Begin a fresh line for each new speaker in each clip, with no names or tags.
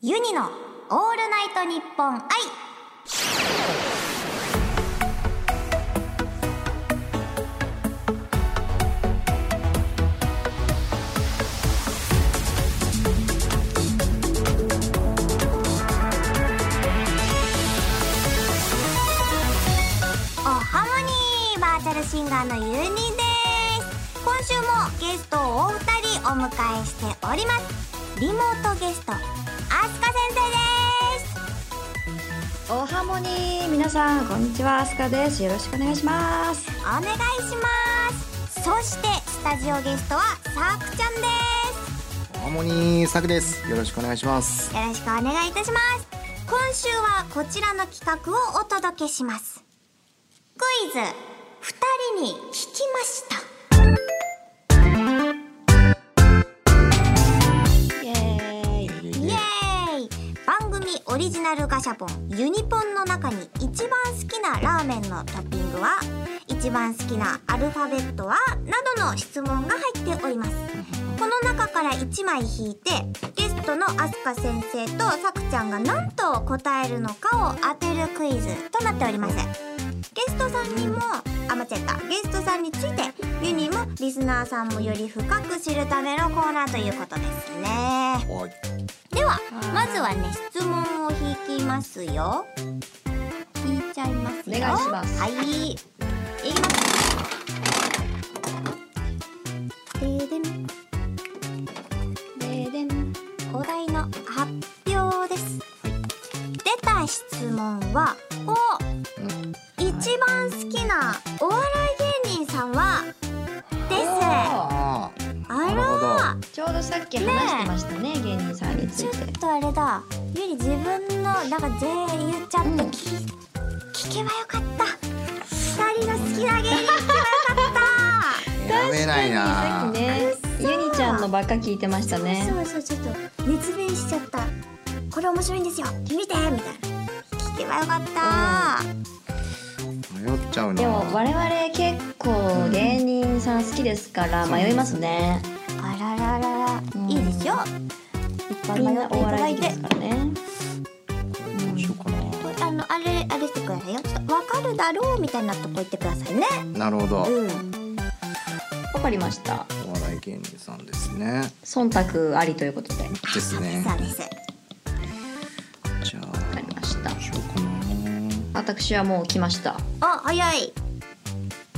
ユニのオールナイトニッポン愛おハモニーバーチャルシンガーのユニです今週もゲストをお二人お迎えしておりますリモートゲストアスカ先生です
おはもに皆さんこんにちはあすかですよろしくお願いします
お願いしますそしてスタジオゲストはさーくちゃんです
ハーモニーサクです。よろしくお願いします。
よろしくお願いいたします今週はこちらの企画をお届けしますクイズ二人に聞きました
イエーイ
イエーイ番組オリジナルガシャポンユニポンの中に一番好きなラーメンのトッピングは一番好きなアルファベットはなどの質問が入っておりますこの中から1枚引いてゲストのあすか先生とさくちゃんが何と答えるのかを当てるクイズとなっておりますゲストさんにもあ間違えたゲストさんについてユニもリスナーさんもより深く知るためのコーナーということですね
はい。
ではまずはね質問を引きますよ引いちゃいますよ
お願いします
はいいきますででん
ででん
お題の発表です出た質問はお一番好きなお笑い芸人さんはです
あ
あ
なるほど
ら
ちょうどさっき話してましたね芸人さんにつ
ちょ
い
ってとあれだゆり自分のなんか全員言っちゃって
うん
聞,、聞けばよかった二人の好きな芸人聞けばよかっ
あ、選べない
さ
な
っき。ねゆにちゃんのばっか聞いてましたた ね
そうそうちょっと熱弁しちゃったこれ面白いんですよ見てみたいな聞けばよかった、
迷っちゃうな。
でも我々結構芸人さん好きですから迷いますね
あらららら、
うん
いいですよ
いっぱい迷っていただいてですからね
どうしようか
これあのあれあれしてくださいよちょっとわかるだろうみたいなとこ言ってくださいね
な。なるほど。
うん
わかりました
お笑い芸人さんですね。
忖度ありということでわ
ですね
そ。うです
じゃあ、
かりました
どうしようかな。
私はもう来ました
あ早い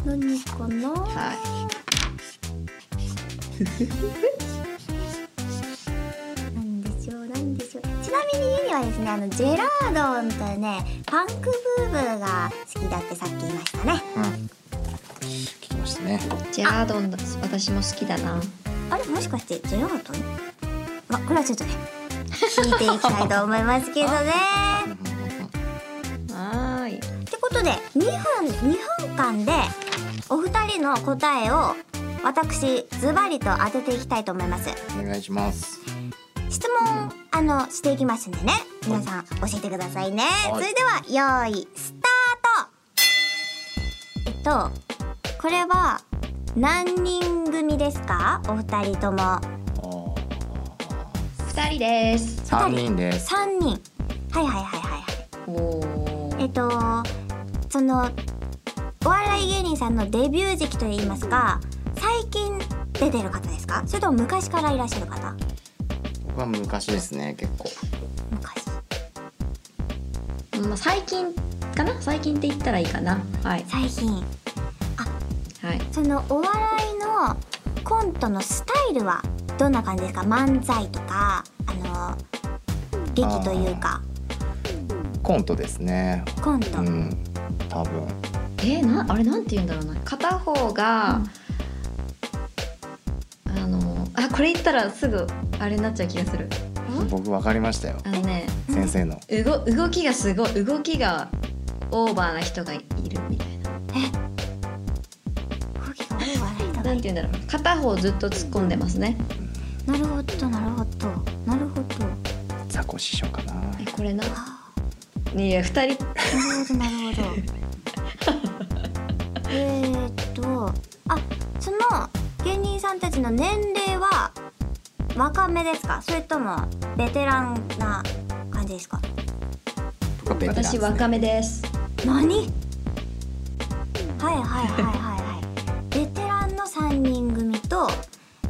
何かな
はい
なんでしょうなんでしょうちなみにユニはですねあのジェラードンというねパンクブーブーが好きだってさっき言いましたね
うん。聞きましたね。
ジェラードンだ私も好きだな
あれもしかしてジェラードンまあこれはちょっとね聞いていきたいと思いますけどね
はーい
ってことで2分2分間でお二人の答えを私ズバリと当てていきたいと思います
お願いします。
質問あのしていきますんでね皆さん教えてくださいねそ
はい
れでは用意スタートえっとこれは何人組ですかお二人とも
二人です
三人です。
3人はいはいはいはいはい
おー
えっとそのお笑い芸人さんのデビュー時期といいますか最近出てる方ですかそれとも昔からいらっしゃる方
僕は昔ですね、結構。
昔
まあ、最近かな最近って言ったらいいかなはい
最近
はい
そのお笑いのコントのスタイルはどんな感じですか漫才とかあの劇というか
コントですね。
コント、
うん。多分。
えー、なあれなんて言うんだろうな片方が、あのあこれ言ったらすぐあれになっちゃう気がする
僕わかりましたよ。
あのね
先生の。
うご動きがすごい動きがオーバーな人がいるみたいな
動きが多い笑いとか
なんて言うんだろう片方ずっと突っ込んでますね
なるほどなるほどなるほど
ザコ師匠かな。
えこれな
あ
いや二人
ーなるほどなるほ どえーっとあその芸人さんたちの年齢は若めですかそれともベテランな感じですか
僕はベテラン
私若めです
何はいはいはいはいはいベテランの3人組と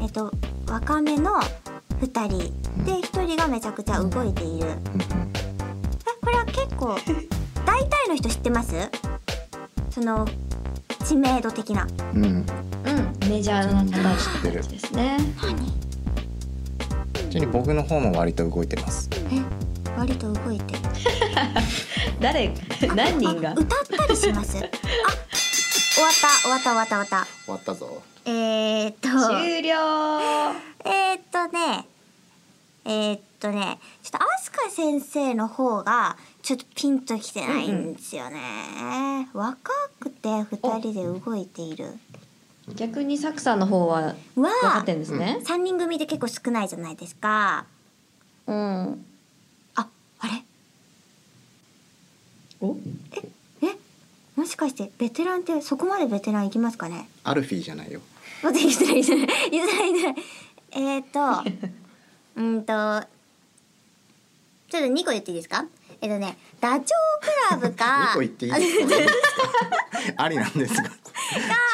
えっと若めの2人で1人がめちゃくちゃ動いている
うんうん
えこれは結 構大体の人知ってますその知名度的な
う
う
ん、
んメジャーな方
全然知って
ですね
ちなみに僕の方も割と動いてます。
え割と動いてる
誰 何人
あ
が
歌ったりします あ終わった終わった終わった終わった
終わったぞ。
えー、っと
終
え
了
ー、っとねえー、っとねちょっとアスカ先生の方がちょっとピンときてないんですよね、若くて2人で動いている
逆にサクさんの方は
わ
分か
あ
ってんですね
3人組で結構少ないじゃないですか
うん、
ああれ
お
えもしかしてベテランってそこまでベテランいきますかね
アルフィーじゃないよ。
待って言ってない言ってない言ってない言ってないえ ー、っとうんとちょっと2個言っていいですかえっとねダチョウ倶楽部か
二個言っていいですか。ありなんですか。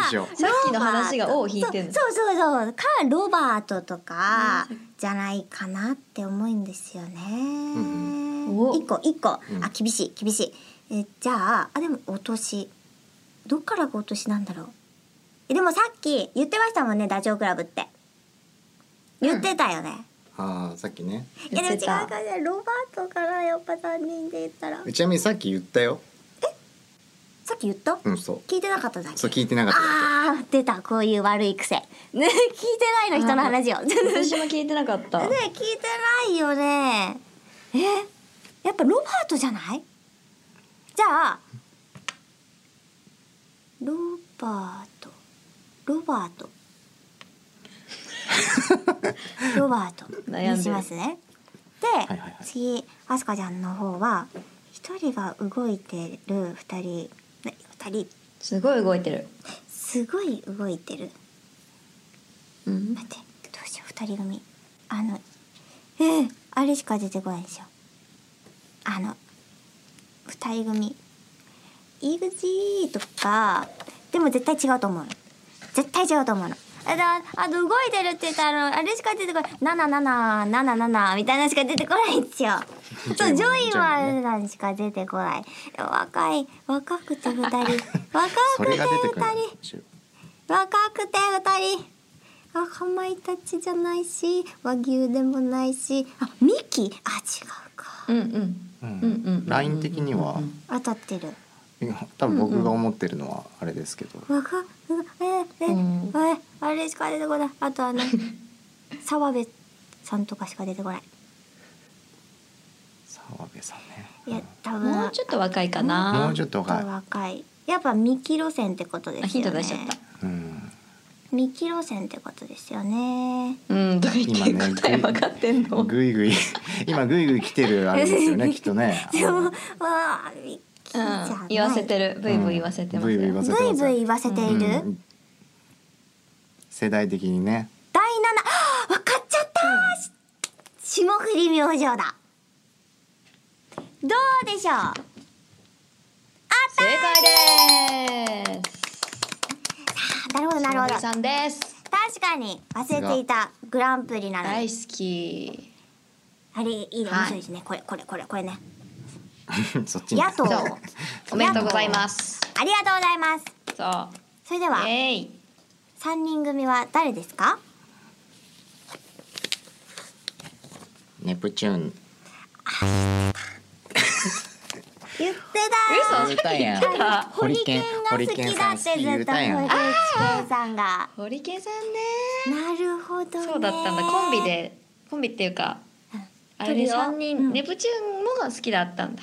師匠。
さっきの話が尾を引いてんの
そうそうそうそうかロバートとかじゃないかなって思うんですよね。
ん
お
一個一個、
うん
あ厳しい厳しい。えじゃああでもお年どっからがお年なんだろう。えでもさっき言ってましたもんねダチョウ倶楽部って言ってたよね。
ああ、さっきね。
いやでも違
言っ
うか
てた
らロバートからやっぱ三人で言ったら
ちなみにさっき言ったよ。
さっき言った、
うん、そう。
聞いてなかっただけ。
そう聞いてなかっただけ。
ああ出たこういう悪い癖。 ね聞いてないの人の話を。
私も聞いてなかった
ね聞いてないよねえやっぱロバートじゃないじゃあロバートロバートロバート
悩んでる
にしますねで、
はいはい
次アスカちゃんの方は一人が動いてる二人ね二人
すごい動いてる、
すごい動いてる
うん、
待ってどうしよう二人組あのええあれしか出てこないでしょあの二人組 EXE とかでも絶対違うと思うの絶対違うと思うのあだあと動いてるって言ったらあのあれしか出てこない7777みたいなのしか出てこないん ですよそうジ
ジョ
ョ
イ
イ
マ
マ
ンね
ンなんしか出てこない若い若くて 二人若くて
それが出てく
二
るの
人。若くて二人あかまいたちじゃないし和牛でもないしあミキあ違うか
うんうん
う
うんうんうんうん
ん。ライン的には。
当たってる
いや多分僕が思ってるのはあれですけど。
若うえええ、
うん
えあれしか出てこないあ とあの澤部さんとかしか出てこない
澤部さんね。
いや多分
もうちょっと若いか
うん
な
もうちょっと
もっと
若
若いやっぱミキ路線ってことですよね
あヒント出しちゃった
い。うん。
ミキ路線ってことですよね
うん、とか言っ
今
て
ね
答え分かってんの。
ぐいぐい今ぐいぐい来てるあれで すよねきっとね。
でもあーミキじ
う
ゃない、
ん、言わせてる、ブイブイ言わせてます
うんブイブイ言
よ
わ。
ブ
せて
イブイ言わせている、
うん世代的にね。
第七、分かっちゃった、し霜降り明星だ。どうでしょう。
正解です。
なるほど、なるほど。
さんです。
確かに忘れていたグランプリなの
大
に。
好き。
あれ、いいね、
はい
面白いですね。これ、これ、これ、これね。
そっちに。
野党。
そう
ありがとう
おめでとうございます。
ございます。
そう。
それでは、
えい。
三人組は誰ですか。
ネプチューン。
言って
嘘
言ったやん
た。あのホ
ホ
リ
リ
ケ
ケン
ンが好きだって
言
絶
うた
対
や
堀内
ん
健さんが。
ホリケンさんね。
なるほどね。
そうだったんだ。コンビで、コンビっていうか。あれ
トリ
で
オ
三
う
人、
ん
ネプチューンも好きだったんだ。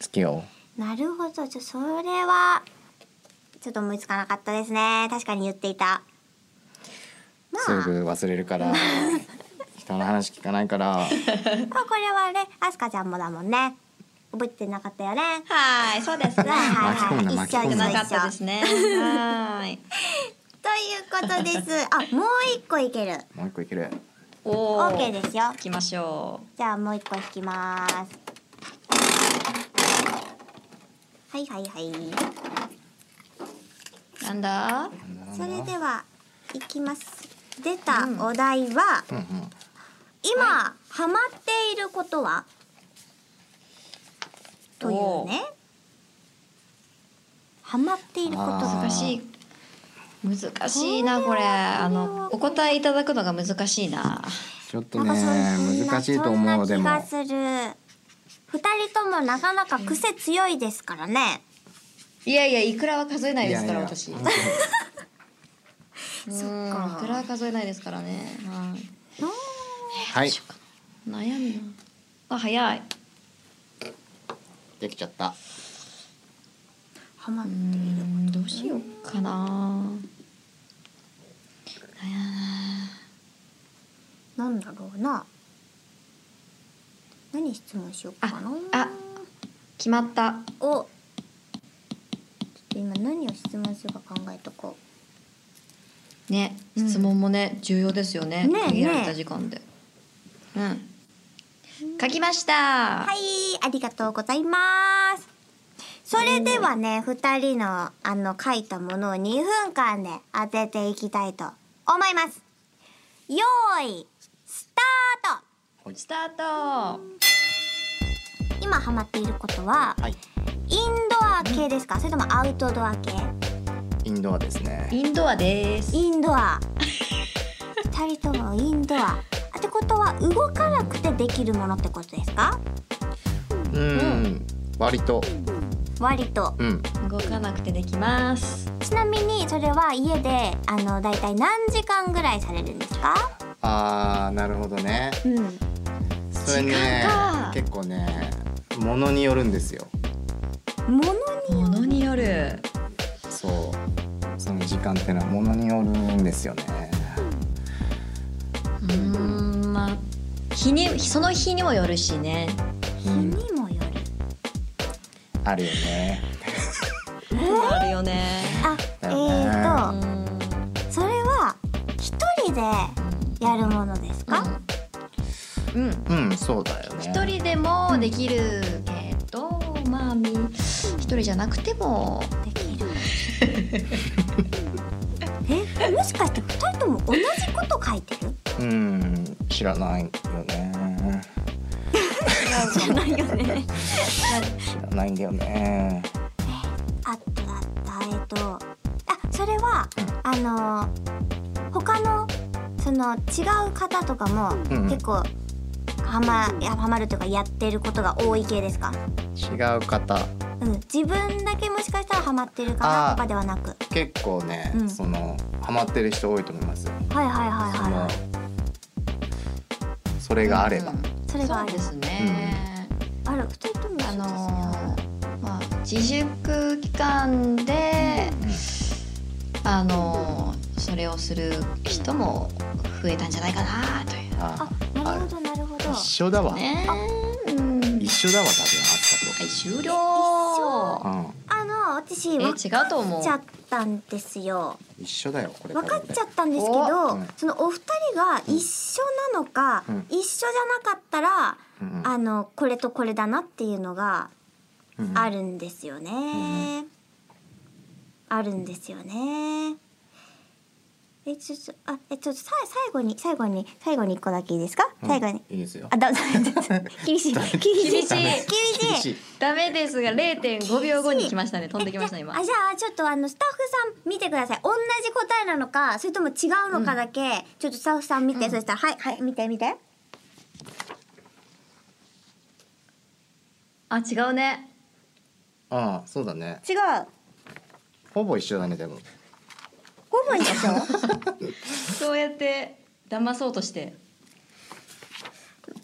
好きよ。
なるほどじゃあそれはちょっと思いつかなかったですね確かに言っていたまあ
すぐ忘れる から。人の話聞かないから。
まあこれはねあすかちゃんもだもんね覚えてなかった よね
はい、そうです
はい
ね。
はい
巻き込むな
はい
巻
一
き込
緒
む
一
な
緒
な
一
かった
緒
ですね。はい。
ということですあもう一個いける
もう一個いける。
おー
OK ですよ
行きましょ
じゃあもう一個引きますはいはいはいう
なんだ
それで
は、
はいきます出たお題は、
うんうん、
今、ハマっていることはというねハマっていること
あー
が
難しい難しいな
こ
こ
れ
れ
は
あのお答えいただくのが難しいな
ちょっとね
なんかそんな
難しいと思うで
そんな
も
気がする二人ともなかなか癖強いですからね、
いやいやいくらは数えないですから
いやいや
私
本当に
そっかいくらは数えないですからねはい
はい
悩むなあ早い
できちゃった
ハマっ
う
て
ー
いる
んどうしようかな悩
なんだろうな何質問しようかな
むなあ決まった
おちょっと今何を質問するか考えとこ
ね質問もね、重要ですよね
ねえ
限られた時間で、うん書きました
う
は
はいありがとうございますそれではね二人のあの書いたものを2分間で当てていきたいと思いますよーいスタート
スタート
今ハマっていることは
はい
インドア系ですかそれともアウトドア系
インドアですね
インドアです
インドア二人ともインドアってことは動かなくてできるものってことですか
うん割と
割と
うん
動かなくてできます
ちなみにそれは家であのだいたい何時間ぐらいされるんですか
あーなるほどね
うん
それね
時間か
結構ねものによるんですよ
もの
も
によ
のによる
そうその時間ってのはものによるんですよね
うーんまあ日にその日にもよるしね
る日にもよる
あるよね
あるよね
あえ
だよね
う
ー
ん
とそれは一人でやるものですか、
うんうん
うんそうだよね
一人でもできるけどまあみ一人じゃなくても
できるえもしかして二人とも同じこと書いてる
うん知らないよね
違うかも
ないよね
知らないんだよね
あったあったえっとあそれは
うん
あのー他のその違う方とかも
うん
結構ハマいやハマるというかやってることが多い系ですか、
違う方
うん、自分だけもしかしたらハマってるかな
あー
とかではなく
結構ね、
うん
そのハマってる人多いと思いますよ
はいはいはい
そ
はいは
の
い
それがあれば、
うん
それがあ
そう
る
ですね、
ある二人とも
あ
そうですね
のーまあ自粛期間で、あのーそれをする人も増えたんじゃないかなという
あ
あなるほどなるほど
一緒だわ、
ねうん
一緒だわ多分
はい終了
あったと、
あの私
え
分か
違うと思
っ
う
ちゃったんですよ
うん、一緒だよこれ
分かっちゃ
っ
ったんですけ
お
ど
うん
そのお二人が一緒なのか、
うん
一緒じゃなかったら、
た、うんうん
あのこれとこれだなっていうのが
うん
あるんですよね、
ん
あるんですよねえちょちょあえちょちょさ最後に最後に最後に一個だけいいですか、
うん
最後に
いいですよ
あだ厳しい厳しい
厳しい
厳しい
い
ダメですが0.5秒後に来ましたね飛んできました
え
ね
じゃ
今
ああじゃあちょっとあのスタッフさん見てください同じ答えなのかそれとも違うのかだけ、ちょっとスタッフさん見て、そしたらはいはい見て見て
あ違うね
ああそうだね
違う
ほぼ一緒だねでも
5分でしょ
そうやって騙そうとして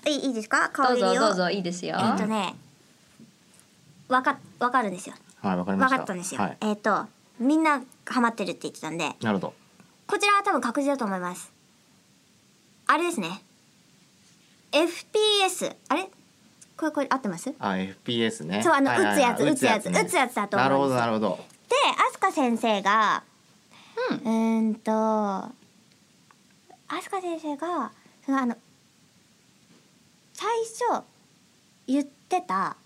いいいいですか
ど
香
う
りを
ぞどうぞいいですよ
えっとねわかわかるんですよ
はいわかりま
わ
した
かったんですよ、
はい、
えっ、とみんなハマってるって言ってたんで
なるほど
こちらは多分確実だと思いますあれですね FPS あれこれこれ合ってます
あ FPS ね
そうあの
はいはいはい
打つやつ
ね
打つやつだと思
なる
う
ほ
んで
ど
す
なるほど
で飛鳥先生がう
うん
ーんと飛鳥先生がそのあの最初言ってた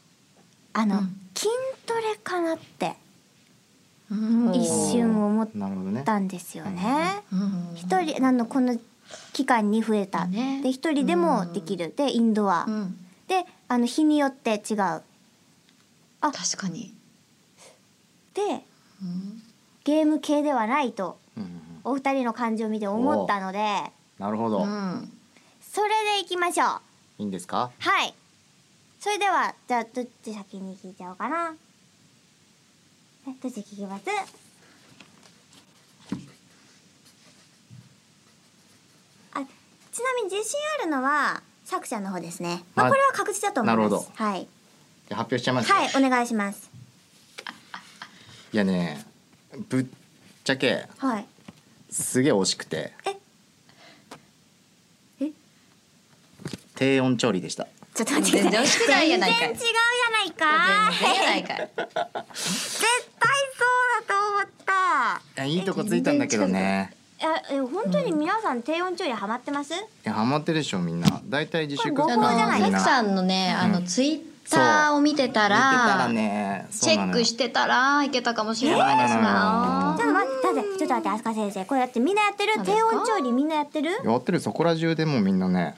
あの、
うん
筋トレかなって
うん
一瞬思っ
なるほどね。
たんですよね。
うん
一、人あのこの期間に増えた、
ね
で一人でもできる、でインドア、
うん
であの日によって違う
確かに、
で
うん
ゲーム系ではないと
うんうん
お二人の感じを見て思ったので
なるほど。
うん
それでいきましょう
いいんですか？
はいそれではじゃあどっち先に聞いちゃおうかなえどっち聞きますあちなみに自信あるのは作者の方ですね、まあ、
はい
これは確実だと思います
なるほど
はい、
じゃあ発表しちゃいます。
はい、お願いします
いやね、ぶっちゃけ
はい
すげえ惜しくて
え
低温調理でした。
ちょっと待ってください
全然惜しくないやないかい
全然違うじゃないか
全然やない かい
絶対そうだと思った
いやいいとこついたんだけどね。
いやえ本当に皆さん低温調理ハマってます、
いやハマってるでしょみんな。だいたい自粛期
これ誤報じゃない
あ
間
です
のサ
みんな
クさんのね、あ
う
の
ん
ツイッターを見てた
見てたら
ら、
ね、
チェックしててたらいけたかもしれないです
そう
な
な
ちょっと待って、だって、ちょっと待って、あすか先生、これだってみんなやってる
そう、です
低
か
温調理みんなやってる。
やってるそこら中でもうみんなね。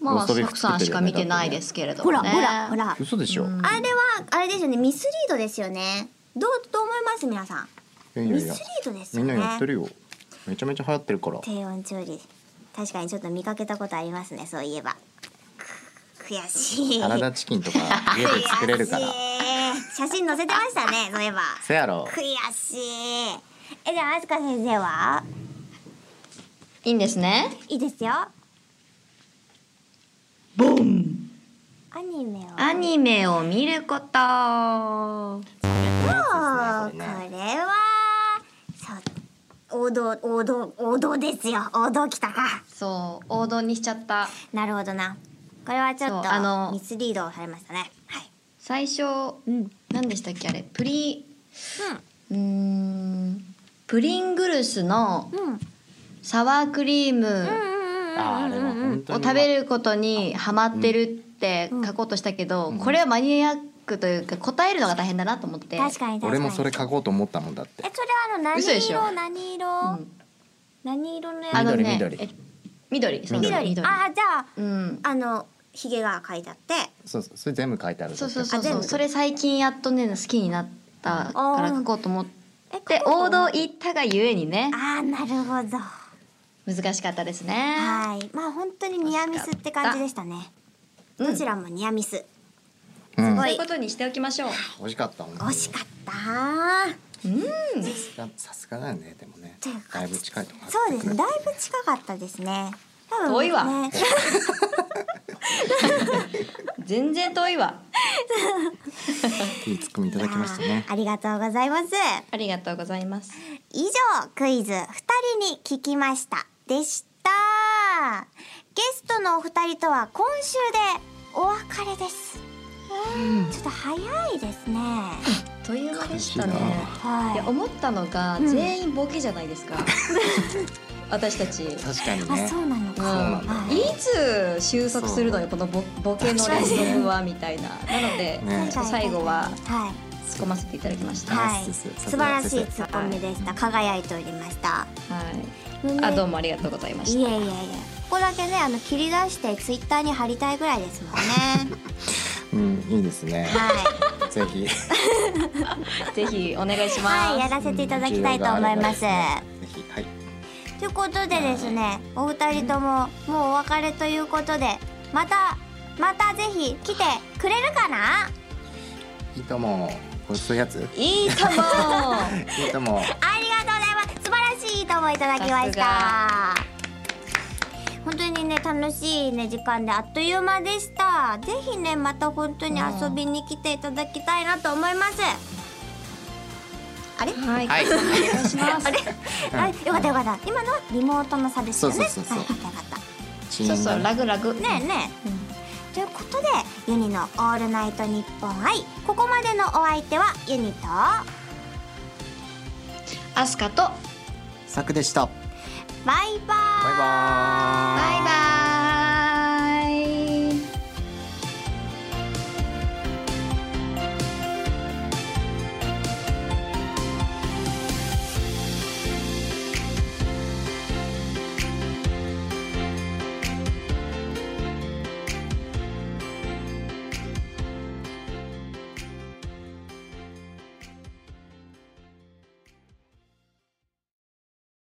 ま
ロ
あ
ストビー
サ
フ
クさんしか見てないですけれども
ほ
ね
ら、ほら、ほら。
嘘でしょ。
うん
あれは、あれですよね、ミスリードですよね。どう、どう思います、皆さん。
いやいや
ミス
い
リ
や。
ードです
み
よね。
んなやってるよ。めちゃめちゃ流行ってるから。
低温調理。確かに、ちょっと見かけたことありますね、そういえば。く悔しい。
サラダチキン とか家で作れるから
悔。しい写真載せてましたね、そういえば。
せやろ。
悔しい。え、じゃあ、あすか先生は。
いいんですね
いいですよ。
ボン
アニメを。
アニメを見ること
そう、
こ
こ
れ
れ
ね
はそう王道王道王道ですよ王道きたか
そう王道にしちゃった
なるほどなこれはちょっと
そうあの
ミスリードをされましたねはい
最初
うん
何でしたっけあれプリうーんプリングルスの
うんうん
サワークリーム
あーあれは本
を
当に。
食べることにハマってるって
うん
書こうとしたけど、
うん
これはマニアックというか答えるのが大変だなと思って
確かに確かに
俺もそれ書こうと思ったもんだって
え。それはあの何
嘘でし
色
ょ
何色、
うん
何色のやつ
あのね
緑緑
え緑そうそう
緑あーじゃあ
うん
あのひげが書いてあって
そうそう、それ全部書いてある。
そうそうそう
あ全
そ
部
うそれ最近やっとね好きになったから書こうと思っ
え
て
ここ
王道行ったがゆえにね
あーなるほど
難しかったですね
はいまあ本当にニアミスって感じでしたね
うん
どちらもニアミス
うん。
ご
そう
い
いうことにしておきましょう
惜しかった。本当に
惜しかった
うん
さすがさすがだよね。でもね
という。か
だいぶ近いとこ。
そうですね。だいぶ近かったですね。多分ね
遠いわ全然遠いわ
いいツッコミいただきましたね
あ。ーありがとうございます。
ありがとうございます
以上クイズ二人に聞きましたでした。ゲストのお二人とは今週でお別れです。ちょっと早いですね。
という間でしたね
悲しい
いや
は
思ったのが、
うん
全員ボケじゃないで すか私たちい
確かに
い。あ
ね
そ。うなの
う
か。
ん
なんだよね
はい
つ収束するのよこのボボケの連続はみたいなな ので、
ね
ちょっと最後は
はい
突っ込ませていただきましたは
はい
先
素
生
晴らしいツッコミでした。輝いておりました。
いあどうもありがとうございまし
い
た
やいやいやここだけねあの切り出してツイッターに貼りたいぐらいですもんね
うん、いいですね。
は
ぜひ。
ぜひお願いし
い、はい、
ま
や
す、
らせていただきたいと思います
需要があればですねぜひはい。
ということでですねお二人とももうお別れということでまたまたぜひ来てくれるかない
いとも。これそういうやつ。
いいとも
いい
ありがとうござい
とも。
ます素晴らしいと思いただきました本当にね楽しいね時間であっという間でしたぜひねまた本当に遊びに来ていただきたいなと思います、あれ
はい、
はい
お願いしま す
あれ、あよかったよかった。今のはリモートの差ですよね。
そうそうそうそう
はい、よかったよかっ
そうそうラグラグ
た。ねえね
うん
え。ということで、ユニのオールナイトニッポン愛。ここまでのお相手はユニと。
アスカと
作でした。バ
バイバーイ。
イバーイ。
バイバイ